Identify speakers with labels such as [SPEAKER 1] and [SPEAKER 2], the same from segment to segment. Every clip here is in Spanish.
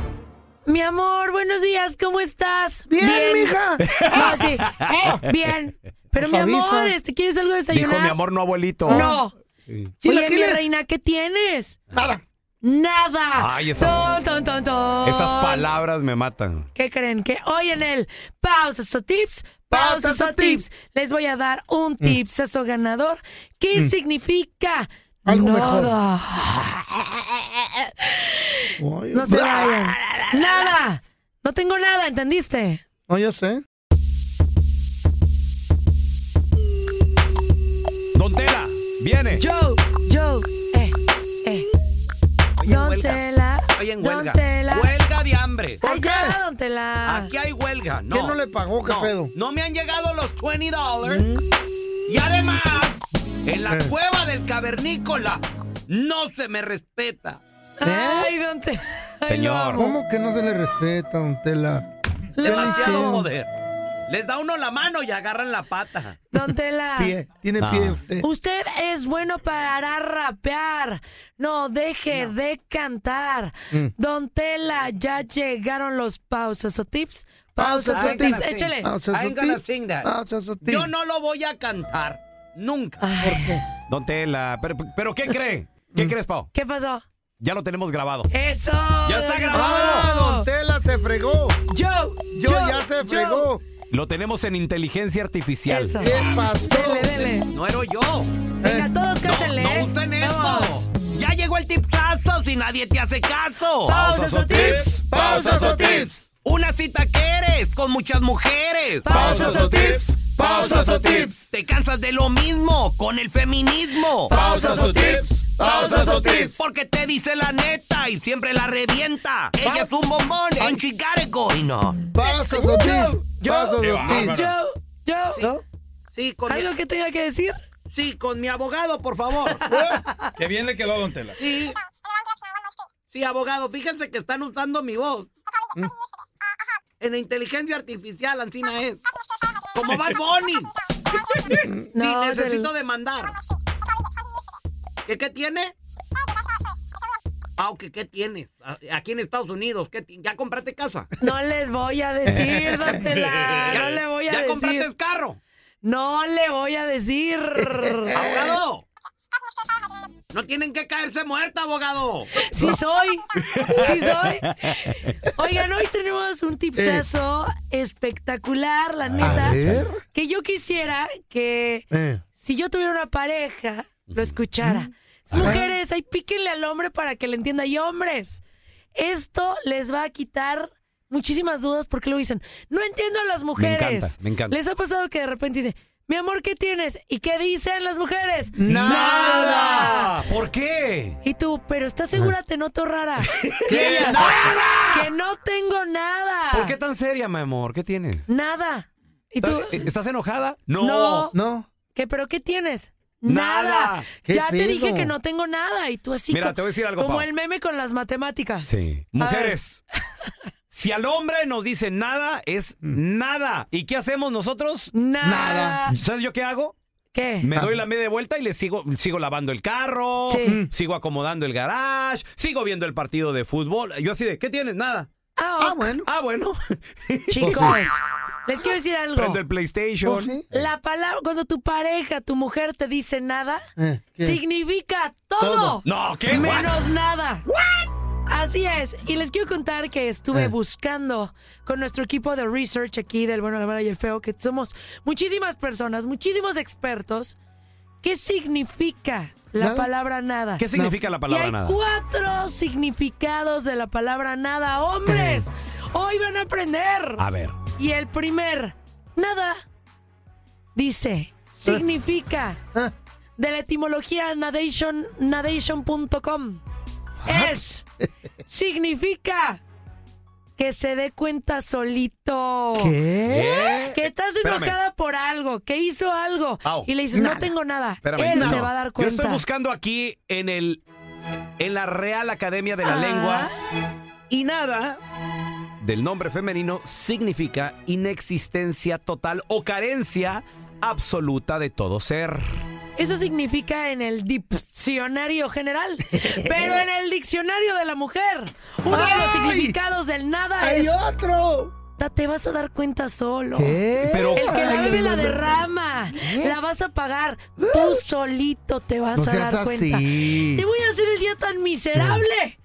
[SPEAKER 1] Mi amor, buenos días, ¿cómo estás?
[SPEAKER 2] Bien, mija.
[SPEAKER 1] Ah, sí. Eh, bien. Pero mi
[SPEAKER 2] Nos
[SPEAKER 1] amor,
[SPEAKER 2] avisa.
[SPEAKER 1] este, ¿quieres algo de
[SPEAKER 3] Dijo
[SPEAKER 1] desayunar?
[SPEAKER 3] mi amor, no abuelito.
[SPEAKER 1] No. Oye, mi
[SPEAKER 2] ¿quieres?
[SPEAKER 1] reina, ¿qué tienes?
[SPEAKER 2] Nada.
[SPEAKER 1] Nada.
[SPEAKER 3] Ay, esas-
[SPEAKER 1] Ton, ton, ton, ton.
[SPEAKER 3] Esas palabras me matan.
[SPEAKER 1] ¿Qué creen? Que hoy en el Pausas o Tips, Pausas
[SPEAKER 2] Pausas o
[SPEAKER 1] o Tips, les voy a dar un tipsazo ganador. ¿Qué significa?
[SPEAKER 2] Algo mejor.
[SPEAKER 1] nada. No se vayan. Nada. No tengo nada, ¿entendiste?
[SPEAKER 2] No, yo sé.
[SPEAKER 3] Don Tela, viene.
[SPEAKER 1] Yo, yo, eh, eh. Don Tela.
[SPEAKER 4] Oye, en
[SPEAKER 1] Don
[SPEAKER 4] huelga.
[SPEAKER 1] Tela. Ah.
[SPEAKER 4] Huelga de hambre.
[SPEAKER 2] ¿Por
[SPEAKER 1] Ay,
[SPEAKER 2] qué?
[SPEAKER 1] ya, Don Tela.
[SPEAKER 4] Aquí hay huelga. No.
[SPEAKER 2] ¿Quién no le pagó? ¿Qué
[SPEAKER 4] no,
[SPEAKER 2] pedo? Mm.
[SPEAKER 4] no me han llegado los 20 dólares. Y además, en la
[SPEAKER 2] Eh.
[SPEAKER 4] cueva del cavernícola no se me respeta.
[SPEAKER 1] Ay, Don Tela. Ay,
[SPEAKER 3] Señor.
[SPEAKER 1] lo amo.
[SPEAKER 2] ¿Cómo que no se le respeta, don Tela?
[SPEAKER 1] Le
[SPEAKER 4] Demasiado
[SPEAKER 1] amo.
[SPEAKER 4] poder. Les da uno la mano y agarran la pata.
[SPEAKER 1] Don Tela.
[SPEAKER 2] Pie, tiene
[SPEAKER 1] Ah.
[SPEAKER 2] pie usted.
[SPEAKER 1] Usted es bueno para rapear. No deje de cantar.
[SPEAKER 2] Mm.
[SPEAKER 1] Don Tela, ya llegaron los pausas o tips. Pausas
[SPEAKER 2] Pausas
[SPEAKER 1] o
[SPEAKER 2] o
[SPEAKER 1] tips,
[SPEAKER 4] tips.
[SPEAKER 1] échale.
[SPEAKER 2] Ah, o sea,
[SPEAKER 4] I'm
[SPEAKER 2] su
[SPEAKER 4] gonna
[SPEAKER 2] tip.
[SPEAKER 4] sing that.
[SPEAKER 2] Ah, o sea, su tip.
[SPEAKER 4] Yo no lo voy a cantar. Nunca.
[SPEAKER 1] Ay,
[SPEAKER 3] Don Tela, pero, pero ¿qué cree?
[SPEAKER 2] Mm.
[SPEAKER 3] ¿Qué crees, Pau?
[SPEAKER 1] ¿Qué pasó?
[SPEAKER 3] Ya lo tenemos grabado.
[SPEAKER 1] Eso.
[SPEAKER 3] Ya está
[SPEAKER 2] Ah, don
[SPEAKER 1] grabado.
[SPEAKER 2] Tela se fregó.
[SPEAKER 1] Yo,
[SPEAKER 2] Yo, ya se fregó.
[SPEAKER 3] Lo tenemos en inteligencia artificial.
[SPEAKER 1] Eso.
[SPEAKER 2] ¿Qué pasó?
[SPEAKER 1] Dele, dele.
[SPEAKER 4] No ero yo.
[SPEAKER 1] Venga, todos cántenle.
[SPEAKER 4] No
[SPEAKER 1] ¿eh?
[SPEAKER 4] usen
[SPEAKER 1] Vamos.
[SPEAKER 4] eso. Ya llegó el tipsazo si nadie te hace caso.
[SPEAKER 1] Pausas o tips.
[SPEAKER 2] Pausas o tips.
[SPEAKER 4] Una cita que eres con muchas mujeres.
[SPEAKER 1] Pausas o
[SPEAKER 2] tips. Pausas o tips.
[SPEAKER 4] Te cansas de lo mismo con el feminismo.
[SPEAKER 2] Pausas o tips. Pausas o tips.
[SPEAKER 4] Porque te dice la neta y siempre la revienta. Ella es un bombón en Chicago. Y no.
[SPEAKER 2] Pausas o tips.
[SPEAKER 1] yo,
[SPEAKER 2] Pausas o
[SPEAKER 1] yo,
[SPEAKER 2] tips.
[SPEAKER 1] Yo, yo.
[SPEAKER 4] Sí, con, mi,
[SPEAKER 1] ¿Algo que tenga que decir?
[SPEAKER 4] sí, con mi abogado, por favor.
[SPEAKER 5] Que bien le quedó, Don Tela.
[SPEAKER 4] Sí, sí, abogado. Fíjense que están usando mi voz. En la inteligencia artificial, Ancina es. Como Bad Bunny.
[SPEAKER 1] No,
[SPEAKER 4] sí, necesito
[SPEAKER 1] del-
[SPEAKER 4] demandar. ¿Qué, qué tiene? Ah, ok, ¿qué tienes? Ah, Aquí en Estados Unidos, ¿qué ti- ¿ya compraste casa?
[SPEAKER 3] Eh,
[SPEAKER 1] No les voy a decir, don Tela. No le voy a
[SPEAKER 4] ¿Ya compraste
[SPEAKER 1] decir.
[SPEAKER 4] carro?
[SPEAKER 1] No le voy a decir.
[SPEAKER 4] ¡Abogado! No tienen que caerse muerta, abogado.
[SPEAKER 1] Sí soy. Sí soy. Oigan, hoy tenemos un tipsazo
[SPEAKER 3] Eh.
[SPEAKER 1] espectacular, la neta.
[SPEAKER 2] ver.
[SPEAKER 1] Que yo quisiera que
[SPEAKER 2] Eh.
[SPEAKER 1] si yo tuviera una pareja, lo escuchara.
[SPEAKER 3] Mm.
[SPEAKER 1] Mujeres, ahí píquenle al hombre para que le entienda. Y hombres, esto les va a quitar muchísimas dudas porque lo dicen. No entiendo a las mujeres.
[SPEAKER 3] encanta, me encanta.
[SPEAKER 1] Les ha pasado que de repente dice, mi amor, ¿qué tienes? ¿Y qué dicen las mujeres?
[SPEAKER 3] ¡Nada! ¿Por qué?
[SPEAKER 1] Y tú, pero estás segura, te noto rara.
[SPEAKER 2] ¿Qué?
[SPEAKER 1] Y ellas,
[SPEAKER 2] ¡Nada!
[SPEAKER 1] Que no tengo nada.
[SPEAKER 3] ¿Por qué tan seria, mi amor? ¿Qué tienes?
[SPEAKER 1] Nada. Y tú,
[SPEAKER 3] ¿Estás enojada?
[SPEAKER 1] No.
[SPEAKER 2] No.
[SPEAKER 1] ¿qué, pero qué tienes?
[SPEAKER 3] Nada.
[SPEAKER 1] Nada.
[SPEAKER 2] ¿Qué
[SPEAKER 1] Ya te
[SPEAKER 2] pedo?
[SPEAKER 1] dije que no tengo nada. Y tú así
[SPEAKER 3] Mira,
[SPEAKER 1] co-
[SPEAKER 3] te voy a decir algo,
[SPEAKER 1] como
[SPEAKER 3] Pau.
[SPEAKER 1] el meme con las matemáticas.
[SPEAKER 3] Sí.
[SPEAKER 1] A ver,
[SPEAKER 3] Mujeres, si al hombre nos dice nada, es
[SPEAKER 2] Mm.
[SPEAKER 3] nada. ¿Y qué hacemos nosotros?
[SPEAKER 1] Nada.
[SPEAKER 3] ¿Sabes yo qué hago?
[SPEAKER 1] ¿Qué?
[SPEAKER 3] Me doy la media vuelta y le sigo, sigo lavando el carro, Mm.
[SPEAKER 1] Sí.
[SPEAKER 3] sigo acomodando el garage, sigo viendo el partido de fútbol. Yo así de, ¿qué tienes? Nada.
[SPEAKER 2] Ah,
[SPEAKER 1] Ah, ok.
[SPEAKER 2] bueno.
[SPEAKER 3] Ah, bueno.
[SPEAKER 1] chicos, les quiero decir algo.
[SPEAKER 3] Prendo el PlayStation.
[SPEAKER 2] Pues sí.
[SPEAKER 1] La palabra, cuando tu pareja, tu mujer te dice nada,
[SPEAKER 2] Eh, ¿qué?
[SPEAKER 1] significa todo.
[SPEAKER 2] Todo.
[SPEAKER 3] No, ¿qué? What?
[SPEAKER 1] Menos nada. Así es. Y les quiero contar que estuve
[SPEAKER 2] Eh.
[SPEAKER 1] buscando con nuestro equipo de research aquí del Bueno, la Mala y el Feo, que somos muchísimas personas, muchísimos expertos. ¿Qué significa la
[SPEAKER 2] Nada.
[SPEAKER 1] palabra nada?
[SPEAKER 3] ¿Qué significa la
[SPEAKER 1] y
[SPEAKER 3] palabra
[SPEAKER 1] hay
[SPEAKER 3] nada?
[SPEAKER 1] cuatro significados de la palabra nada. ¡Hombres! ¡Hoy van a aprender!
[SPEAKER 3] A ver.
[SPEAKER 1] Y el primer, nada, dice, significa,
[SPEAKER 2] Ah.
[SPEAKER 1] de la etimología nadation, nadation.com,
[SPEAKER 3] Ah.
[SPEAKER 1] es, significa que se dé cuenta solito.
[SPEAKER 2] ¿Qué?
[SPEAKER 1] Que estás
[SPEAKER 3] Espérame.
[SPEAKER 1] enojada por algo, que hizo algo.
[SPEAKER 3] Au.
[SPEAKER 1] Y le dices, no tengo nada.
[SPEAKER 3] Espérame.
[SPEAKER 1] Él
[SPEAKER 3] No.
[SPEAKER 1] se va a dar
[SPEAKER 3] Yo
[SPEAKER 1] cuenta.
[SPEAKER 3] estoy buscando aquí en el en la Real Academia de la
[SPEAKER 1] Ah.
[SPEAKER 3] Lengua y nada del nombre femenino significa inexistencia total o carencia absoluta de todo ser.
[SPEAKER 1] Eso significa en el diccionario general. Pero en el diccionario de la mujer, uno de los
[SPEAKER 2] ¡Ay!
[SPEAKER 1] significados del nada
[SPEAKER 2] ¡Hay
[SPEAKER 1] es
[SPEAKER 2] otro!
[SPEAKER 1] Ta- te vas a dar cuenta solo.
[SPEAKER 2] ¿Qué?
[SPEAKER 3] Pero-
[SPEAKER 1] El que la
[SPEAKER 2] Ay,
[SPEAKER 1] bebe la
[SPEAKER 2] no, no.
[SPEAKER 1] derrama.
[SPEAKER 2] ¿Qué?
[SPEAKER 1] La vas a pagar. Tú solito te vas
[SPEAKER 2] No
[SPEAKER 1] a
[SPEAKER 2] seas
[SPEAKER 1] dar cuenta.
[SPEAKER 2] así.
[SPEAKER 1] Te voy a hacer el día tan miserable.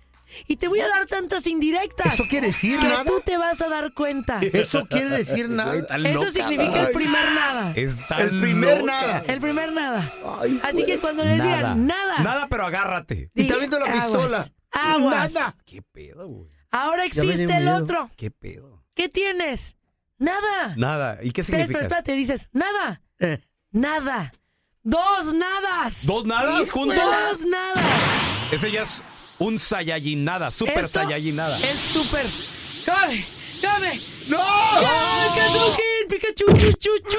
[SPEAKER 1] Y te voy a dar tantas indirectas.
[SPEAKER 2] ¿Eso quiere decir
[SPEAKER 1] que
[SPEAKER 2] nada?
[SPEAKER 1] tú te vas a dar cuenta.
[SPEAKER 2] ¿Eso quiere decir nada?
[SPEAKER 3] Está
[SPEAKER 1] Eso
[SPEAKER 3] loca,
[SPEAKER 1] significa el
[SPEAKER 3] ¿verdad?
[SPEAKER 1] primer nada.
[SPEAKER 3] Está
[SPEAKER 2] El primer
[SPEAKER 3] loca.
[SPEAKER 2] nada.
[SPEAKER 1] El primer nada.
[SPEAKER 2] Ay,
[SPEAKER 1] Así que cuando les digan nada.
[SPEAKER 3] Nada, pero agárrate.
[SPEAKER 2] Y está viendo la
[SPEAKER 1] aguas,
[SPEAKER 2] pistola.
[SPEAKER 1] Aguas.
[SPEAKER 2] Nada.
[SPEAKER 3] ¿Qué pedo, güey?
[SPEAKER 1] Ahora
[SPEAKER 2] Ya me dio
[SPEAKER 1] existe el
[SPEAKER 2] miedo.
[SPEAKER 1] otro.
[SPEAKER 3] ¿Qué pedo?
[SPEAKER 1] ¿Qué tienes? Nada.
[SPEAKER 3] Nada. ¿Y qué
[SPEAKER 1] Tres, pero
[SPEAKER 3] significa?
[SPEAKER 1] espérate, dices, nada. Nada. Dos nadas.
[SPEAKER 3] ¿Dos nadas juntos?
[SPEAKER 1] Dos nadas.
[SPEAKER 3] Ese ya es un sayayinada, super
[SPEAKER 1] Esto,
[SPEAKER 3] sayayinada.
[SPEAKER 1] El super. ¡Come! ¡Come!
[SPEAKER 2] ¡No!
[SPEAKER 1] ¡Ah, Hadouken, ¡Pikachu! ¡Chu, chu, chu,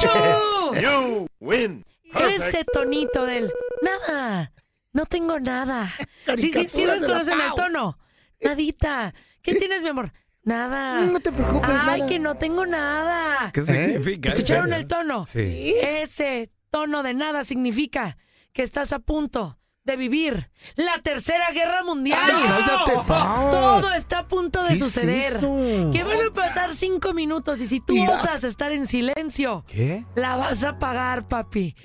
[SPEAKER 1] chu! Este tonito del nada. No tengo nada. Sí, sí, sí
[SPEAKER 2] Caricaturas de la
[SPEAKER 1] reconocen el
[SPEAKER 2] Pau. Eh,
[SPEAKER 1] tono. Nadita. ¿Qué tienes, mi amor? Nada.
[SPEAKER 2] No te preocupes,
[SPEAKER 1] Ay,
[SPEAKER 2] nada.
[SPEAKER 1] que no tengo nada.
[SPEAKER 3] ¿Qué significa?
[SPEAKER 1] ¿Escucharon el tono?
[SPEAKER 3] Sí.
[SPEAKER 1] Ese tono de nada significa que estás a punto de vivir la tercera guerra mundial.
[SPEAKER 2] Ay, cállate, Pau.
[SPEAKER 1] Todo está a punto de
[SPEAKER 2] ¿Qué es
[SPEAKER 1] suceder.
[SPEAKER 2] eso?
[SPEAKER 1] que van a pasar cinco minutos y si tú
[SPEAKER 2] Mira.
[SPEAKER 1] osas estar en silencio,
[SPEAKER 3] ¿Qué?
[SPEAKER 1] la vas a pagar, papi.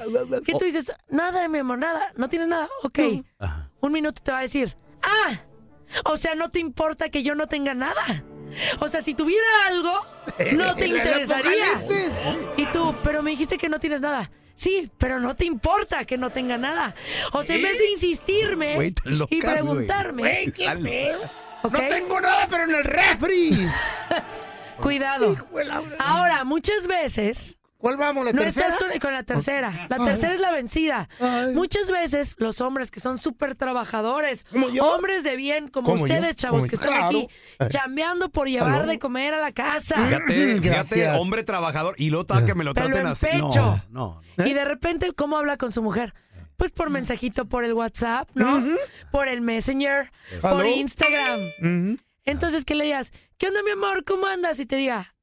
[SPEAKER 1] ¿Qué tú dices? Nada, mi amor, nada. No tienes nada. Ok.
[SPEAKER 3] Ajá.
[SPEAKER 1] Un minuto te va a decir, ah, o sea, no te importa que yo no tenga nada. O sea, si tuviera algo, no te interesaría.
[SPEAKER 2] apocalipsis.
[SPEAKER 1] Y tú, pero me dijiste que no tienes nada. Sí, pero no te importa que no tenga nada. O sea, en vez de insistirme
[SPEAKER 3] ¿Eh? Güey, está loca,
[SPEAKER 1] y
[SPEAKER 3] güey.
[SPEAKER 1] preguntarme,
[SPEAKER 3] Está loca.
[SPEAKER 1] ¿ok?
[SPEAKER 2] No tengo nada, pero en el refri.
[SPEAKER 1] cuidado. Ahora, muchas veces
[SPEAKER 2] ¿Cuál vamos, la
[SPEAKER 1] No
[SPEAKER 2] tercera?
[SPEAKER 1] estás con, con la tercera. La tercera es la vencida.
[SPEAKER 2] Ay.
[SPEAKER 1] Muchas veces los hombres que son súper trabajadores,
[SPEAKER 2] ¿Como yo?
[SPEAKER 1] hombres de bien, como
[SPEAKER 2] ¿Como yo?
[SPEAKER 1] ustedes, chavos,
[SPEAKER 2] Como
[SPEAKER 1] que
[SPEAKER 2] yo.
[SPEAKER 1] están
[SPEAKER 2] Claro. Eh.
[SPEAKER 1] aquí chambeando por llevar de comer a la casa.
[SPEAKER 3] Fíjate, fíjate,
[SPEAKER 2] Gracias.
[SPEAKER 3] hombre trabajador. Y lo tal que me lo
[SPEAKER 1] Pelo
[SPEAKER 3] traten
[SPEAKER 1] en
[SPEAKER 3] así.
[SPEAKER 1] pecho.
[SPEAKER 3] No, no.
[SPEAKER 2] ¿Eh?
[SPEAKER 1] Y de repente, ¿cómo habla con su mujer? Pues por mensajito, por el WhatsApp, ¿no? Por el Messenger, por
[SPEAKER 2] Hello.
[SPEAKER 1] Instagram.
[SPEAKER 2] Ujú.
[SPEAKER 1] Entonces, ¿qué le digas? ¿Qué onda, mi amor? ¿Cómo andas? Y te diga,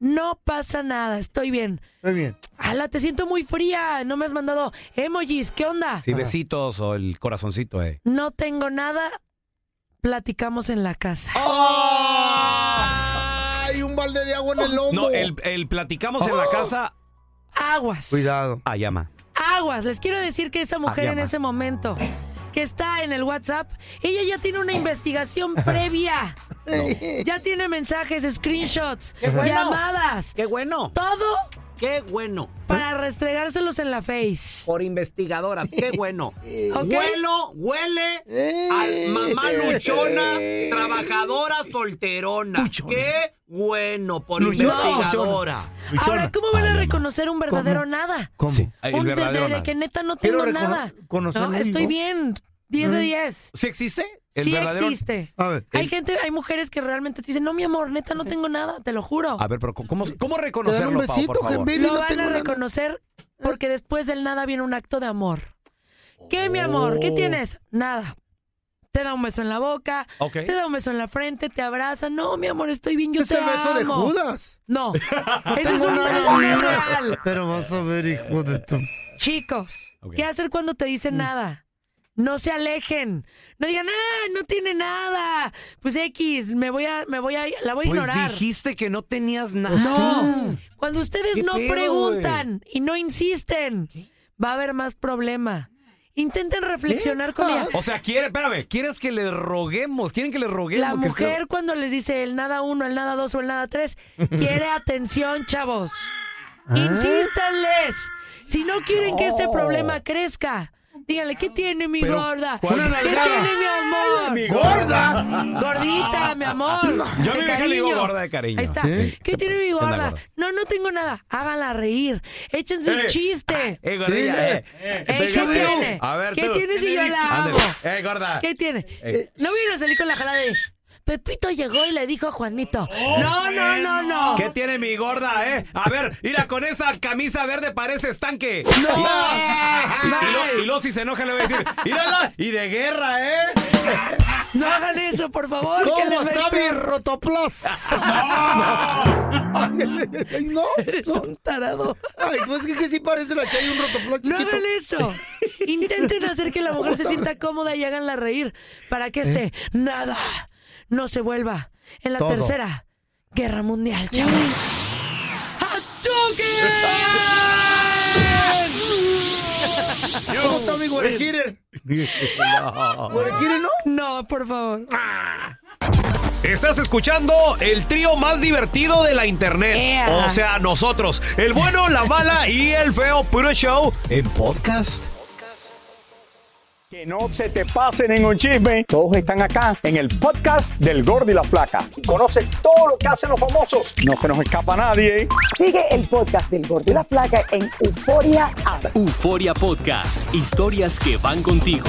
[SPEAKER 1] no pasa nada, estoy bien.
[SPEAKER 2] Muy bien.
[SPEAKER 1] Ala, te siento muy fría, no me has mandado emojis, ¿qué onda?
[SPEAKER 3] Sí, besitos o el corazoncito, eh.
[SPEAKER 1] No tengo nada. Platicamos en la casa.
[SPEAKER 2] ¡Ay, un balde de agua en el lomo!
[SPEAKER 3] No, el, el platicamos en
[SPEAKER 4] Oh.
[SPEAKER 3] la casa ah,
[SPEAKER 1] Aguas.
[SPEAKER 2] Cuidado.
[SPEAKER 3] a llama.
[SPEAKER 1] Aguas. Les quiero decir que esa mujer
[SPEAKER 3] Había
[SPEAKER 1] en
[SPEAKER 3] más.
[SPEAKER 1] ese momento que está en el WhatsApp, ella ya tiene una investigación previa. Ya tiene mensajes, screenshots, llamadas.
[SPEAKER 3] bueno!
[SPEAKER 1] Todo
[SPEAKER 4] Qué bueno.
[SPEAKER 1] Para restregárselos en la face.
[SPEAKER 4] Por investigadora, qué bueno.
[SPEAKER 1] Ok.
[SPEAKER 4] Huelo, huele
[SPEAKER 3] Eh.
[SPEAKER 4] a mamá luchona, trabajadora, solterona. Qué bueno, por
[SPEAKER 1] Luchona.
[SPEAKER 4] investigadora.
[SPEAKER 1] Ahora, ¿cómo van a reconocer un verdadero nada?
[SPEAKER 2] ¿Cómo?
[SPEAKER 3] El
[SPEAKER 1] un
[SPEAKER 3] verdadero
[SPEAKER 1] verdadero
[SPEAKER 3] nada.
[SPEAKER 1] que neta no
[SPEAKER 2] Quiero
[SPEAKER 1] tengo
[SPEAKER 2] recono-
[SPEAKER 1] nada.
[SPEAKER 2] conocer
[SPEAKER 1] No,
[SPEAKER 2] un-
[SPEAKER 1] estoy bien. 10 de 10.
[SPEAKER 3] ¿Sí existe? ¿El
[SPEAKER 1] sí
[SPEAKER 3] verdadero?
[SPEAKER 1] existe.
[SPEAKER 2] A ver.
[SPEAKER 1] Hay gente, hay mujeres que realmente te dicen, no, mi amor, neta, no tengo nada, te lo juro.
[SPEAKER 3] A ver, pero ¿cómo, cómo
[SPEAKER 2] Te dan un
[SPEAKER 3] reconocerlo, Pao,
[SPEAKER 2] besito,
[SPEAKER 3] por
[SPEAKER 2] que
[SPEAKER 3] favor?
[SPEAKER 2] baby,
[SPEAKER 1] lo
[SPEAKER 2] no
[SPEAKER 1] van
[SPEAKER 2] tengo
[SPEAKER 1] a
[SPEAKER 2] nada.
[SPEAKER 1] reconocer porque después del nada viene un acto de amor. ¿Qué, mi amor?
[SPEAKER 2] Oh.
[SPEAKER 1] ¿Qué tienes? Nada. Te da un beso en la boca,
[SPEAKER 3] Ok.
[SPEAKER 1] te da un beso en la frente, te abraza. No, mi amor, estoy bien, yo
[SPEAKER 2] Es
[SPEAKER 1] te
[SPEAKER 2] el beso de
[SPEAKER 1] amo".
[SPEAKER 2] Judas.
[SPEAKER 1] No, eso es
[SPEAKER 2] tengo
[SPEAKER 1] un
[SPEAKER 2] nada.
[SPEAKER 1] real.
[SPEAKER 2] Pero vas a ver, hijo de tu. Mm.
[SPEAKER 1] Chicos,
[SPEAKER 3] Ok.
[SPEAKER 1] ¿qué hacer cuando te dicen nada? No se alejen. No digan, ah, no tiene nada. Pues X, me voy a, me voy a, la voy a
[SPEAKER 3] Pues
[SPEAKER 1] ignorar.
[SPEAKER 3] dijiste que no tenías nada.
[SPEAKER 1] No. Cuando ustedes
[SPEAKER 3] ¿Qué
[SPEAKER 1] no
[SPEAKER 3] pedo,
[SPEAKER 1] preguntan y no insisten, va a haber más problema. Intenten reflexionar con ella.
[SPEAKER 3] O sea, quiere, espérame, ¿quieres que le roguemos? ¿Quieren que le roguemos?
[SPEAKER 1] La
[SPEAKER 3] que esté-
[SPEAKER 1] mujer cuando les dice el nada uno, el nada dos o el nada tres, quiere atención, chavos.
[SPEAKER 3] Ah.
[SPEAKER 1] Insístanles. Si no quieren que este problema crezca, díganle, ¿qué tiene mi gorda? ¿Qué
[SPEAKER 3] ¿cuál? Una nalgada.
[SPEAKER 1] tiene mi amor?
[SPEAKER 3] Mi gorda.
[SPEAKER 1] Gordita, mi amor.
[SPEAKER 3] Yo
[SPEAKER 1] de
[SPEAKER 3] a mi vieja le digo gorda de cariño.
[SPEAKER 1] Ahí está.
[SPEAKER 2] Sí.
[SPEAKER 1] ¿Qué tiene mi
[SPEAKER 3] Anda,
[SPEAKER 1] gorda?
[SPEAKER 3] gorda.
[SPEAKER 1] No, no tengo nada. Háganla reír. Échense un
[SPEAKER 3] Eh.
[SPEAKER 1] chiste.
[SPEAKER 3] Eh, gordilla,
[SPEAKER 2] Sí.
[SPEAKER 3] eh.
[SPEAKER 1] Eh, ¿Qué
[SPEAKER 3] Venga, eh.
[SPEAKER 1] tiene?
[SPEAKER 3] A ver,
[SPEAKER 1] ¿Qué
[SPEAKER 3] tú.
[SPEAKER 1] tiene si yo la amo?
[SPEAKER 3] Ándale. Eh, gorda.
[SPEAKER 1] ¿Qué tiene?
[SPEAKER 3] Eh.
[SPEAKER 1] No vino a salir con la jalada de Pepito llegó y le dijo a Juanito. No, no, no, no.
[SPEAKER 3] Oh, ¿Qué tiene mi gorda, eh? A ver, mira, con esa camisa verde parece estanque.
[SPEAKER 1] No.
[SPEAKER 3] Y, y lo- y
[SPEAKER 1] Mal.
[SPEAKER 3] lo si se enoja le voy a decir, mírala, y de guerra, ¿eh?
[SPEAKER 1] No hagan eso, por favor. que les
[SPEAKER 2] ¿Cómo
[SPEAKER 1] va el
[SPEAKER 2] está mi
[SPEAKER 1] perro.
[SPEAKER 2] rotoplas? Ay, no.
[SPEAKER 1] Eres un tarado.
[SPEAKER 2] Ay, pues es que sí parece la chay un rotoplas
[SPEAKER 1] No
[SPEAKER 2] chiquito.
[SPEAKER 1] hagan eso. Intenten hacer que la mujer se sienta cómoda y háganla reír para
[SPEAKER 2] ¿Eh?
[SPEAKER 1] que este nada no se vuelva en la
[SPEAKER 2] Todo.
[SPEAKER 1] tercera guerra mundial, chavos. ¡Achuquen!
[SPEAKER 2] ¿Cómo está mi güerejiren? ¿Güerejiren no?
[SPEAKER 1] No, por favor.
[SPEAKER 3] Estás escuchando el trío más divertido de la internet.
[SPEAKER 1] Ea.
[SPEAKER 3] O sea, nosotros, el bueno, la mala y el feo puro show en podcast.
[SPEAKER 6] Que no se te pase ningún chisme. Todos están acá en el podcast del Gordi y la Flaca. Y conoce todo lo que hacen los famosos. No se nos escapa nadie.
[SPEAKER 7] Sigue el podcast del Gordo y la Flaca en Euforia App.
[SPEAKER 8] Euforia Podcast, historias que van contigo.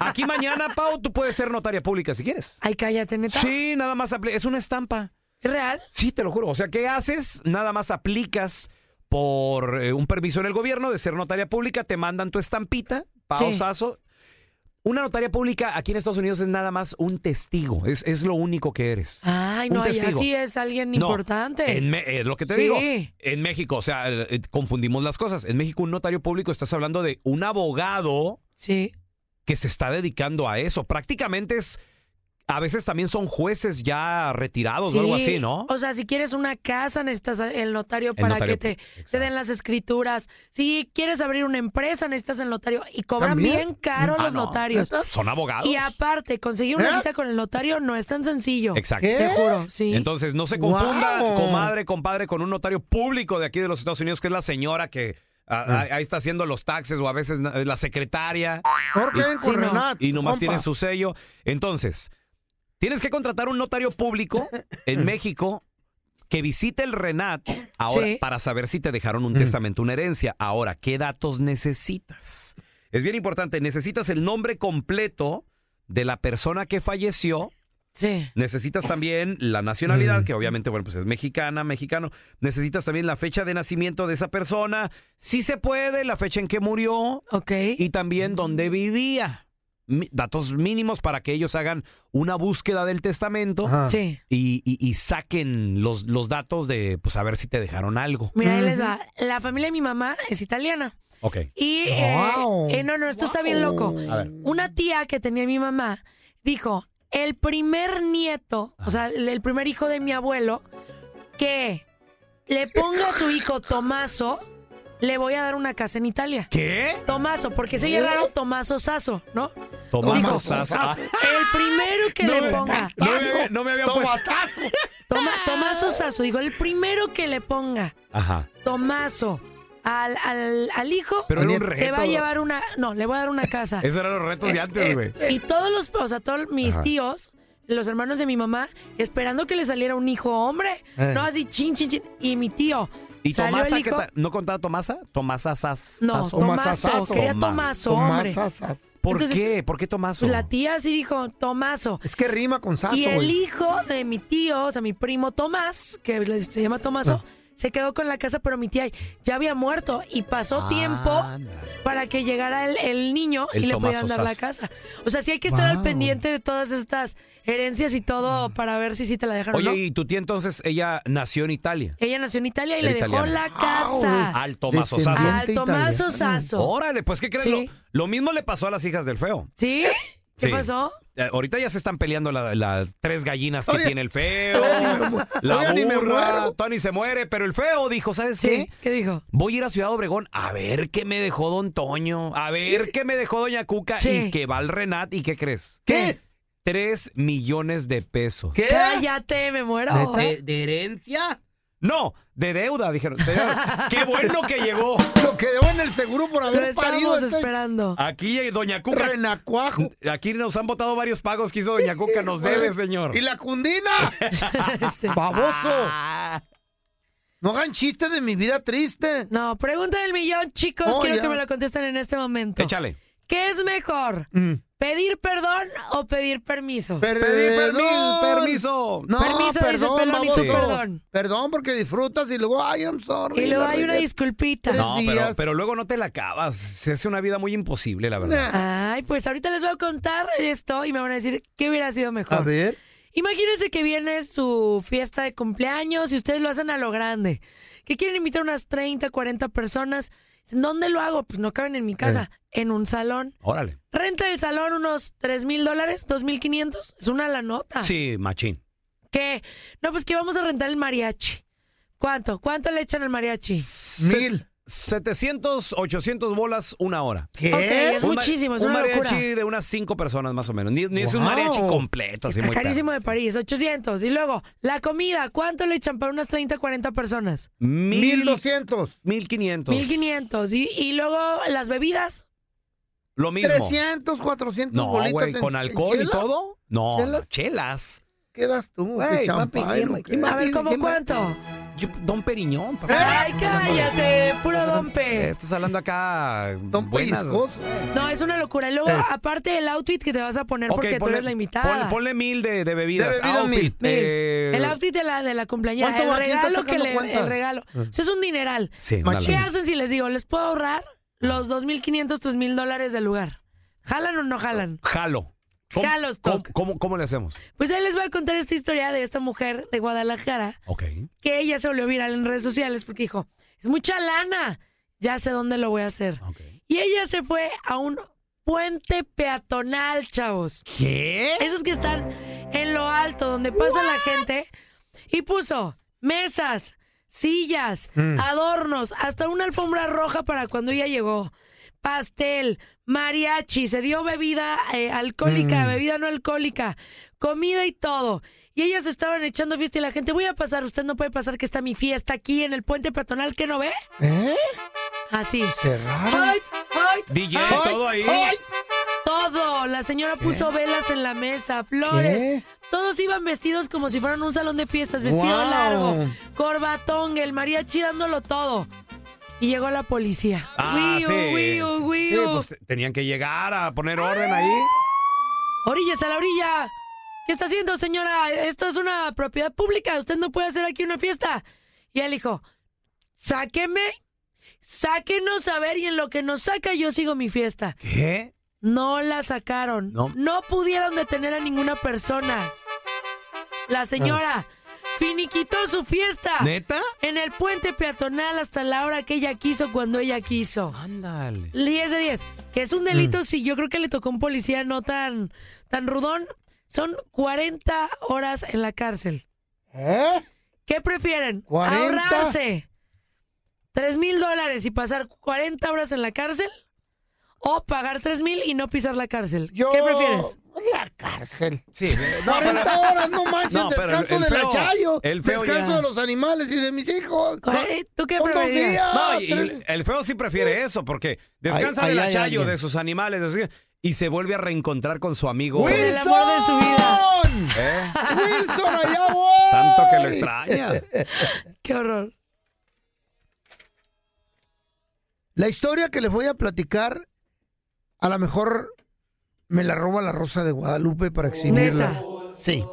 [SPEAKER 3] aquí mañana, Pau, tú puedes ser notaria pública si quieres.
[SPEAKER 1] Ay, cállate, neta.
[SPEAKER 3] Sí, nada más apli- es una estampa.
[SPEAKER 1] ¿Es real?
[SPEAKER 3] Sí, te lo juro. O sea, ¿qué haces? Nada más aplicas por eh, un permiso en el gobierno de ser notaria pública, te mandan tu estampita, Pau
[SPEAKER 1] Sí.
[SPEAKER 3] Sasso. Una notaria pública aquí en Estados Unidos es nada más un testigo, es, es lo único que eres.
[SPEAKER 1] Ay,
[SPEAKER 3] Un
[SPEAKER 1] no, ahí
[SPEAKER 3] testigo.
[SPEAKER 1] así es alguien
[SPEAKER 3] No,
[SPEAKER 1] importante.
[SPEAKER 3] en Me- es lo que te
[SPEAKER 1] Sí.
[SPEAKER 3] digo. En México, o sea, eh, eh, confundimos las cosas. En México, un notario público, estás hablando de un abogado
[SPEAKER 1] Sí.
[SPEAKER 3] que se está dedicando a eso. Prácticamente es. A veces también son jueces ya retirados o algo
[SPEAKER 1] Sí.
[SPEAKER 3] así, ¿no?
[SPEAKER 1] O sea, si quieres una casa, necesitas el notario
[SPEAKER 3] El
[SPEAKER 1] para
[SPEAKER 3] notario,
[SPEAKER 1] que te, te den las escrituras. Si quieres abrir una empresa, necesitas el notario. Y cobran
[SPEAKER 3] ¿También?
[SPEAKER 1] bien caro
[SPEAKER 3] Ah, ¿Eh?
[SPEAKER 1] los
[SPEAKER 3] no.
[SPEAKER 1] notarios.
[SPEAKER 3] Son abogados.
[SPEAKER 1] Y aparte, conseguir una cita con el notario no es tan sencillo.
[SPEAKER 3] Exacto.
[SPEAKER 1] Te juro, sí.
[SPEAKER 3] ¿Eh? Entonces, no se confunda,
[SPEAKER 1] Wow.
[SPEAKER 3] comadre, compadre, con un notario público de aquí de los Estados Unidos, que es la señora que ah,
[SPEAKER 1] Mm.
[SPEAKER 3] ah, ahí está haciendo los taxes o a veces na- la secretaria.
[SPEAKER 2] Porque
[SPEAKER 3] Y-
[SPEAKER 2] ven con
[SPEAKER 3] Sí, no.
[SPEAKER 2] Renat,
[SPEAKER 3] Y nomás
[SPEAKER 2] compa.
[SPEAKER 3] tiene su sello. Entonces, tienes que contratar un notario público en México que visite el RENAT ahora
[SPEAKER 9] Sí.
[SPEAKER 3] para saber si te dejaron un testamento, una herencia. Ahora, ¿qué datos necesitas? Es bien importante, necesitas el nombre completo de la persona que falleció.
[SPEAKER 1] Sí.
[SPEAKER 3] Necesitas también la nacionalidad, que obviamente, bueno, pues es mexicana, mexicano. Necesitas también la fecha de nacimiento de esa persona. Si se puede, la fecha en que murió.
[SPEAKER 1] Ok.
[SPEAKER 3] Y también dónde vivía. mi- datos mínimos para que ellos hagan una búsqueda del testamento
[SPEAKER 1] Ajá. Sí.
[SPEAKER 3] y, y- y saquen los, los datos de, pues, a ver si te dejaron algo.
[SPEAKER 1] Mira, ahí les va. La familia de mi mamá es italiana.
[SPEAKER 3] Ok.
[SPEAKER 1] Y. eh, eh, no, no, esto está bien loco.
[SPEAKER 3] A ver.
[SPEAKER 1] Una tía que tenía mi mamá dijo: el primer nieto, o sea, el el primer hijo de mi abuelo, que le ponga a su hijo Tomaso, le voy a dar una casa en Italia.
[SPEAKER 3] ¿Qué?
[SPEAKER 1] Tomaso, porque se
[SPEAKER 3] ¿Eh?
[SPEAKER 1] llegaron Tomaso Saso, ¿no?
[SPEAKER 3] Tomás
[SPEAKER 1] Dijo,
[SPEAKER 3] Osazo.
[SPEAKER 1] Ah. El primero que
[SPEAKER 3] "Pues, Ah. No
[SPEAKER 1] le
[SPEAKER 3] me-
[SPEAKER 1] ponga.
[SPEAKER 3] no me- no me había puesto.
[SPEAKER 1] Toma, Tomaso Saso, digo, el primero que le ponga
[SPEAKER 3] Ajá.
[SPEAKER 1] Tomaso al, al, al hijo,
[SPEAKER 3] Pero era un
[SPEAKER 1] se
[SPEAKER 3] reto.
[SPEAKER 1] va a llevar una. No, le voy a dar una casa.
[SPEAKER 3] Ah. Esos eran los retos de
[SPEAKER 1] Eh,
[SPEAKER 3] antes, güey.
[SPEAKER 1] y todos los, o sea, todos mis
[SPEAKER 3] Ajá.
[SPEAKER 1] tíos, los hermanos de mi mamá, esperando que le saliera un hijo hombre.
[SPEAKER 3] Eh.
[SPEAKER 1] No, así chin, chin, chin. Y mi tío.
[SPEAKER 3] ¿Y
[SPEAKER 1] salió
[SPEAKER 3] Tomasa
[SPEAKER 1] el
[SPEAKER 3] qué
[SPEAKER 1] hijo.
[SPEAKER 3] tal? ¿No contaba Tomasa? Tomasa Sas.
[SPEAKER 1] No,
[SPEAKER 3] Saso.
[SPEAKER 1] Tomaso. Quería Tomaso, hombre.
[SPEAKER 3] ¿Por
[SPEAKER 1] Entonces,
[SPEAKER 3] qué? ¿Por qué Tomaso?
[SPEAKER 1] Pues la tía sí dijo Tomaso.
[SPEAKER 2] Es que rima con Saso,
[SPEAKER 1] Y el
[SPEAKER 2] güey.
[SPEAKER 1] hijo de mi tío, o sea, mi primo Tomás, que le- se llama Tomaso,
[SPEAKER 3] Ah.
[SPEAKER 1] se quedó con la casa, pero mi tía ya había muerto y pasó
[SPEAKER 3] Ah,
[SPEAKER 1] tiempo para que llegara el, el niño
[SPEAKER 3] El
[SPEAKER 1] y le pudieran
[SPEAKER 3] Tomaso
[SPEAKER 1] dar la
[SPEAKER 3] Saso.
[SPEAKER 1] casa. O sea, sí hay que estar al
[SPEAKER 3] Wow.
[SPEAKER 1] pendiente de todas estas herencias y todo para ver si sí te la dejaron o
[SPEAKER 3] Oye,
[SPEAKER 1] no.
[SPEAKER 3] y tu tía entonces, ella nació en Italia.
[SPEAKER 1] Ella nació en Italia y
[SPEAKER 3] Era
[SPEAKER 1] le dejó
[SPEAKER 3] italiana.
[SPEAKER 1] la casa.
[SPEAKER 3] Al Tomaso Saso.
[SPEAKER 1] Al Tomaso Saso.
[SPEAKER 3] Órale, pues ¿qué crees?
[SPEAKER 1] Sí.
[SPEAKER 3] Lo, lo mismo le pasó a las hijas del feo.
[SPEAKER 1] ¿Sí? ¿Qué
[SPEAKER 3] Sí.
[SPEAKER 1] pasó?
[SPEAKER 3] Eh, ahorita ya se están peleando la- las tres gallinas que
[SPEAKER 1] Oye.
[SPEAKER 3] tiene el feo. la
[SPEAKER 1] Oye, ni me
[SPEAKER 3] burra,
[SPEAKER 1] muero.
[SPEAKER 3] Tony se muere, pero el feo dijo, ¿sabes
[SPEAKER 1] ¿Sí?
[SPEAKER 3] qué?
[SPEAKER 1] ¿Qué dijo?
[SPEAKER 3] Voy a ir a Ciudad Obregón a ver qué me dejó Don Toño, a ver qué me dejó Doña Cuca
[SPEAKER 1] Sí.
[SPEAKER 3] y que va el Renat. ¿Y qué crees? ¿Qué? Tres millones de pesos.
[SPEAKER 1] Cállate, me muero.
[SPEAKER 3] ¿De, de herencia? No, de deuda, dijeron. Señor, qué bueno que llegó.
[SPEAKER 2] Lo quedó en el seguro por haber
[SPEAKER 1] Lo
[SPEAKER 2] parido.
[SPEAKER 1] estábamos
[SPEAKER 2] este-
[SPEAKER 1] esperando.
[SPEAKER 3] Aquí eh, Doña Cuca.
[SPEAKER 2] Renacuajo.
[SPEAKER 3] Aquí nos han votado varios pagos que hizo Doña Cuca. Nos debe, señor.
[SPEAKER 2] ¡Y la cundina!
[SPEAKER 1] Este,
[SPEAKER 2] ¡Baboso! No hagan chiste de mi vida triste.
[SPEAKER 1] No, pregunta del millón, chicos.
[SPEAKER 2] Oh,
[SPEAKER 1] quiero
[SPEAKER 2] ya.
[SPEAKER 1] que me lo contesten en este momento.
[SPEAKER 3] Échale.
[SPEAKER 1] ¿Qué es mejor? ¿Pedir perdón o pedir permiso?
[SPEAKER 2] Perdón. No,
[SPEAKER 1] permiso
[SPEAKER 2] perdón,
[SPEAKER 1] dice pelón y tú
[SPEAKER 2] baboso.
[SPEAKER 1] perdón.
[SPEAKER 2] Perdón, porque disfrutas y luego, ay, I'm sorry.
[SPEAKER 1] Y luego
[SPEAKER 2] la
[SPEAKER 1] hay una
[SPEAKER 2] regué".
[SPEAKER 1] disculpita.
[SPEAKER 3] No, pero, pero luego no te la acabas. Se hace una vida muy imposible, la verdad.
[SPEAKER 1] Ay, pues ahorita les voy a contar esto y me van a decir qué hubiera sido mejor.
[SPEAKER 3] A ver.
[SPEAKER 1] Imagínense que viene su fiesta de cumpleaños y ustedes lo hacen a lo grande. Que quieren invitar unas 30, 40 personas. Dicen, ¿Dónde lo hago? Pues no caben en mi casa,
[SPEAKER 3] Eh.
[SPEAKER 1] en un salón.
[SPEAKER 3] Órale.
[SPEAKER 1] Renta el salón unos 3 mil dólares, 2 mil 500. Es una la nota.
[SPEAKER 3] Sí, machín.
[SPEAKER 1] ¿Qué? No, pues que vamos a rentar el mariachi. ¿Cuánto? ¿Cuánto le echan al mariachi?
[SPEAKER 3] Mil. 700, 800 bolas una hora.
[SPEAKER 1] ¿Qué? Ok, es
[SPEAKER 3] Un ma-
[SPEAKER 1] muchísimo, es
[SPEAKER 3] un
[SPEAKER 1] una
[SPEAKER 3] mariachi
[SPEAKER 1] locura.
[SPEAKER 3] de unas cinco personas más o menos. Ni, ni es un
[SPEAKER 1] Wow.
[SPEAKER 3] mariachi completo, así
[SPEAKER 1] Está
[SPEAKER 3] muy caro.
[SPEAKER 1] carísimo de París, 800. Y luego, la comida, ¿cuánto le echan para unas 30, 40 personas?
[SPEAKER 3] Mil
[SPEAKER 2] 1200.
[SPEAKER 3] 1500.
[SPEAKER 1] 1500. Y, y luego, las bebidas.
[SPEAKER 3] Lo mismo.
[SPEAKER 2] 300, 400
[SPEAKER 3] No,
[SPEAKER 2] bolitas
[SPEAKER 3] güey,
[SPEAKER 2] en-
[SPEAKER 3] con
[SPEAKER 2] en
[SPEAKER 3] alcohol y
[SPEAKER 2] chela.
[SPEAKER 3] todo. No,
[SPEAKER 2] ¿Chela?
[SPEAKER 3] chelas.
[SPEAKER 2] Quedas tú,
[SPEAKER 3] Güey,
[SPEAKER 2] qué
[SPEAKER 3] papi,
[SPEAKER 2] champán,
[SPEAKER 3] ¿quién-
[SPEAKER 2] ¿o qué?
[SPEAKER 3] quién va
[SPEAKER 1] A ver,
[SPEAKER 3] pide-
[SPEAKER 1] ¿cómo
[SPEAKER 3] quién va-
[SPEAKER 1] cuánto?
[SPEAKER 3] Yo- don Periñón, papá.
[SPEAKER 1] Ay, cállate, puro
[SPEAKER 3] Eh,
[SPEAKER 1] dompe.
[SPEAKER 3] Estás hablando acá. Don
[SPEAKER 1] No, es una locura. Y luego,
[SPEAKER 3] Eh.
[SPEAKER 1] aparte del outfit que te vas a poner porque tú eres la
[SPEAKER 3] Ponle,
[SPEAKER 1] invitada.
[SPEAKER 3] ponle mil de, de bebidas.
[SPEAKER 1] De bebidas,
[SPEAKER 3] Outfit,
[SPEAKER 1] mil.
[SPEAKER 3] eh,
[SPEAKER 1] El outfit de la, de la cumpleañera,
[SPEAKER 2] ¿Cuánto
[SPEAKER 1] el
[SPEAKER 2] va? ¿Quién está
[SPEAKER 1] regalo que
[SPEAKER 2] sacando
[SPEAKER 1] le,
[SPEAKER 2] cuentas?
[SPEAKER 1] el regalo.
[SPEAKER 3] Mm.
[SPEAKER 1] Eso es un dineral.
[SPEAKER 3] Sí, una
[SPEAKER 1] ¿Qué
[SPEAKER 3] lana.
[SPEAKER 1] hacen si les digo, les puedo ahorrar los 2.500, 3.000 dólares del lugar? ¿Jalan o no jalan?
[SPEAKER 3] Jalo.
[SPEAKER 1] Jalo,
[SPEAKER 3] ¿cómo,
[SPEAKER 1] Stock.
[SPEAKER 3] cómo, cómo le hacemos?
[SPEAKER 1] Pues ahí les voy a contar esta historia de esta mujer de Guadalajara
[SPEAKER 3] Ok.
[SPEAKER 1] que ella se volvió viral en redes sociales porque dijo, es mucha lana, ya sé dónde lo voy a hacer. Y ella se fue a un puente peatonal, chavos.
[SPEAKER 3] ¿Qué?
[SPEAKER 1] Esos que están en lo alto, donde pasa la gente, y puso mesas, sillas,
[SPEAKER 9] Mm.
[SPEAKER 1] adornos, hasta una alfombra roja para cuando ella llegó. Pastel, mariachi, se dio bebida eh, alcohólica,
[SPEAKER 9] Mm.
[SPEAKER 1] bebida no alcohólica, comida y todo. Y ellas estaban echando fiesta y la gente, voy a pasar, usted no puede pasar que está mi fiesta aquí en el puente peatonal, ¿qué no ve?
[SPEAKER 2] ¿Eh?
[SPEAKER 1] Así.
[SPEAKER 2] Cerrado.
[SPEAKER 1] Ay, ay,
[SPEAKER 3] DJ,
[SPEAKER 1] ay,
[SPEAKER 3] todo ahí.
[SPEAKER 1] ay. Todo. La señora puso velas en la mesa, flores.
[SPEAKER 3] ¿Qué?
[SPEAKER 1] Todos iban vestidos como si fueran un salón de fiestas, vestido
[SPEAKER 3] Wow.
[SPEAKER 1] largo, corbatón, el mariachi dándolo todo. Y llegó la policía.
[SPEAKER 3] Ah,
[SPEAKER 1] Wiu,
[SPEAKER 3] sí.
[SPEAKER 1] wiu,
[SPEAKER 3] Sí,
[SPEAKER 1] wiu.
[SPEAKER 3] pues, te- tenían que llegar a poner orden ahí.
[SPEAKER 1] Orillas a la orilla. ¿Qué está haciendo, señora? Esto es una propiedad pública. Usted no puede hacer aquí una fiesta. Y él dijo, sáqueme, sáquenos a ver y en lo que nos saca yo sigo mi fiesta.
[SPEAKER 3] ¿Qué?
[SPEAKER 1] No la sacaron.
[SPEAKER 3] No.
[SPEAKER 1] pudieron detener a ninguna persona. La señora finiquitó su fiesta.
[SPEAKER 3] Ah. ¿Neta?
[SPEAKER 1] En el puente peatonal hasta la hora que ella quiso cuando ella quiso.
[SPEAKER 3] Dale.
[SPEAKER 1] 10 de 10. Que es un
[SPEAKER 3] Mm.
[SPEAKER 1] delito, sí, yo creo que le tocó a un policía no tan, tan rudón. Son 40 horas en la cárcel.
[SPEAKER 2] ¿Eh?
[SPEAKER 1] ¿Qué prefieren?
[SPEAKER 2] 40.
[SPEAKER 1] ¿Ahorrarse 3 mil dólares y pasar 40 horas en la cárcel? ¿O pagar 3 mil y no pisar la cárcel? ¿Qué prefieres?
[SPEAKER 2] La cárcel.
[SPEAKER 3] Sí.
[SPEAKER 2] No, 40
[SPEAKER 1] pero-
[SPEAKER 2] horas, no manches,
[SPEAKER 3] No, pero el-
[SPEAKER 2] descanso
[SPEAKER 3] el
[SPEAKER 2] del
[SPEAKER 3] feo-
[SPEAKER 2] achayo,
[SPEAKER 3] el feo
[SPEAKER 2] descanso
[SPEAKER 3] ya.
[SPEAKER 2] de los animales y de mis hijos.
[SPEAKER 1] Ay, ¿Eh? ¿Tú qué
[SPEAKER 2] Son dos días,
[SPEAKER 1] preferirías?
[SPEAKER 3] No, y- y
[SPEAKER 2] tres-
[SPEAKER 3] el feo sí prefiere eso, porque descansa
[SPEAKER 2] Ahí-
[SPEAKER 3] del
[SPEAKER 2] ahí hay
[SPEAKER 3] achayo
[SPEAKER 2] alguien.
[SPEAKER 3] de sus animales de sus- y se vuelve a reencontrar con su amigo.
[SPEAKER 1] Por el amor de su vida.
[SPEAKER 3] ¿Eh?
[SPEAKER 2] Wilson, allá voy.
[SPEAKER 3] Tanto que lo extraña.
[SPEAKER 1] Qué horror.
[SPEAKER 2] La historia que les voy a platicar, a lo mejor me la roba la Rosa de Guadalupe para exhibirla.
[SPEAKER 1] Neta.
[SPEAKER 2] Sí.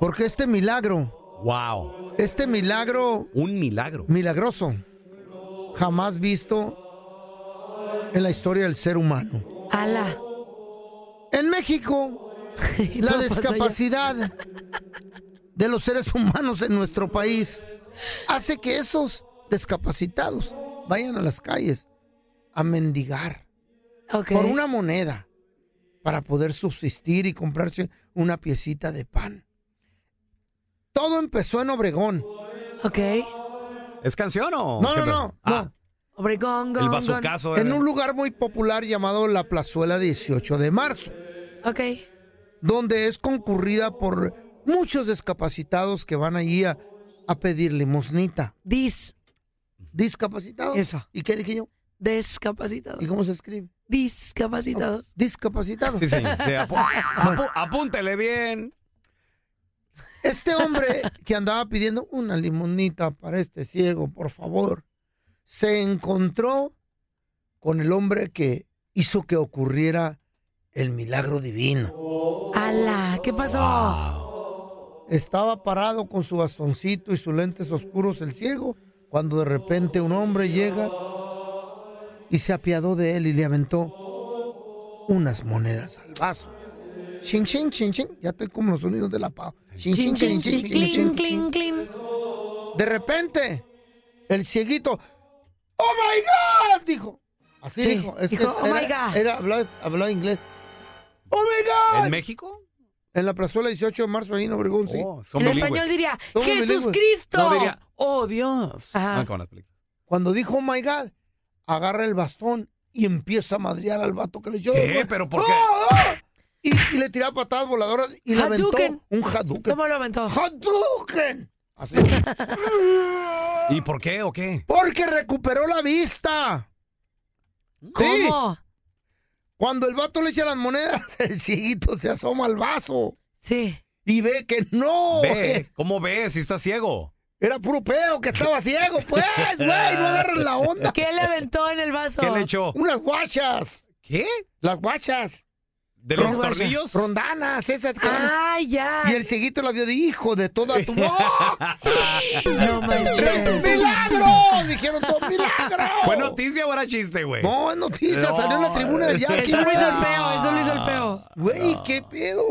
[SPEAKER 2] Porque este milagro,
[SPEAKER 3] Wow.
[SPEAKER 2] este milagro
[SPEAKER 3] Un milagro.
[SPEAKER 2] milagroso, jamás visto en la historia del ser humano.
[SPEAKER 1] Ala.
[SPEAKER 2] En México, la
[SPEAKER 1] Todo pasó ya.
[SPEAKER 2] discapacidad de los seres humanos en nuestro país hace que esos discapacitados vayan a las calles a mendigar
[SPEAKER 1] Ok.
[SPEAKER 2] por una moneda para poder subsistir y comprarse una piecita de pan. Todo empezó en Obregón.
[SPEAKER 1] Ok.
[SPEAKER 3] ¿Es canción o.?
[SPEAKER 2] No,
[SPEAKER 3] qué
[SPEAKER 2] no,
[SPEAKER 3] pe-
[SPEAKER 2] no,
[SPEAKER 3] Ah,
[SPEAKER 1] Obregón,
[SPEAKER 3] el
[SPEAKER 1] gon, gon.
[SPEAKER 3] bazucazo.
[SPEAKER 2] en
[SPEAKER 3] eh.
[SPEAKER 2] un lugar muy popular llamado la Plazuela 18 de Marzo.
[SPEAKER 1] Ok.
[SPEAKER 2] donde es concurrida por muchos discapacitados que van allí a, a pedir limosnita.
[SPEAKER 1] Dis.
[SPEAKER 2] Discapacitados.
[SPEAKER 1] Eso.
[SPEAKER 2] ¿Y qué dije yo?
[SPEAKER 1] Descapacitados.
[SPEAKER 2] ¿Y cómo se escribe?
[SPEAKER 1] Discapacitados.
[SPEAKER 2] Discapacitados.
[SPEAKER 3] Sí, sí. sí, apu- apu- apúntele bien.
[SPEAKER 2] Este hombre que andaba pidiendo una limonita para este ciego, por favor, se encontró con el hombre que hizo que ocurriera el milagro divino.
[SPEAKER 1] Ala. ¿Qué pasó?
[SPEAKER 2] Estaba parado con su bastoncito y sus lentes oscuros el ciego, cuando de repente un hombre llega y se apiadó de él y le aventó unas monedas al vaso. Chin, chin, chin, chin. Ya estoy como los sonidos de la pava. Chin, chin, chin,
[SPEAKER 1] Clink,
[SPEAKER 2] chin, chin,
[SPEAKER 1] clink,
[SPEAKER 2] chin, chin.
[SPEAKER 1] clink, clink, clink.
[SPEAKER 2] De repente, el cieguito, ¡Oh my God! Dijo. Así
[SPEAKER 1] Sí,
[SPEAKER 2] dijo. Es que
[SPEAKER 1] dijo, "Oh,
[SPEAKER 2] era-
[SPEAKER 1] my God".
[SPEAKER 2] era- hablaba, hablaba inglés. ¡Oh my God!
[SPEAKER 3] ¿En
[SPEAKER 2] En,
[SPEAKER 3] México?
[SPEAKER 2] la plazuela 18 de marzo, ahí en Obregón, sí.
[SPEAKER 3] Oh, son
[SPEAKER 1] En
[SPEAKER 3] bilingües.
[SPEAKER 1] español diría,
[SPEAKER 2] Somos
[SPEAKER 1] Jesús
[SPEAKER 2] bilingües.
[SPEAKER 1] Cristo.
[SPEAKER 3] No diría, oh Dios.
[SPEAKER 2] Ah.
[SPEAKER 1] Ajá.
[SPEAKER 3] No, como las películas.
[SPEAKER 2] Cuando dijo, ¡Oh my God! Agarra el bastón y empieza a madrear al vato que le echó.
[SPEAKER 3] ¿Qué? ¿Pero por qué?
[SPEAKER 2] ¡Ah, ah! Y, y le tiraba patadas voladoras y le aventó
[SPEAKER 1] Hadouken.
[SPEAKER 2] un Hadouken.
[SPEAKER 1] ¿Cómo lo aventó?
[SPEAKER 2] ¡Hadouken! Así.
[SPEAKER 3] ¿Y por qué o qué?
[SPEAKER 2] Porque recuperó la vista. Sí.
[SPEAKER 1] ¿Cómo?
[SPEAKER 2] Cuando el vato le echa las monedas, el cieguito se asoma al vaso
[SPEAKER 1] Sí.
[SPEAKER 2] y ve que no.
[SPEAKER 3] Ve,
[SPEAKER 2] eh,
[SPEAKER 3] ¿cómo ve si está ciego?
[SPEAKER 2] Era puro pedo que estaba ciego, pues, güey, no agarran la onda.
[SPEAKER 1] ¿Qué le aventó en el vaso?
[SPEAKER 3] ¿Qué le echó?
[SPEAKER 2] Unas guachas,
[SPEAKER 3] ¿Qué?
[SPEAKER 2] las guachas,
[SPEAKER 3] ¿De
[SPEAKER 2] Pues
[SPEAKER 3] los
[SPEAKER 1] Ron-
[SPEAKER 3] tornillos?
[SPEAKER 2] rondanas, esas. que-
[SPEAKER 1] Ah, ya.
[SPEAKER 2] Y el cieguito la vio de hijo de toda tu ¡Oh!
[SPEAKER 1] No manches.
[SPEAKER 2] ¡Milagro! Dijeron todos, ¡milagro!
[SPEAKER 3] ¿Fue noticia o era chiste, güey?
[SPEAKER 2] No, es noticia,
[SPEAKER 3] No.
[SPEAKER 2] salió en la tribuna del Yankee.
[SPEAKER 1] Eso lo hizo el
[SPEAKER 2] güey.
[SPEAKER 1] feo, eso lo hizo el feo.
[SPEAKER 2] Güey, qué pedo.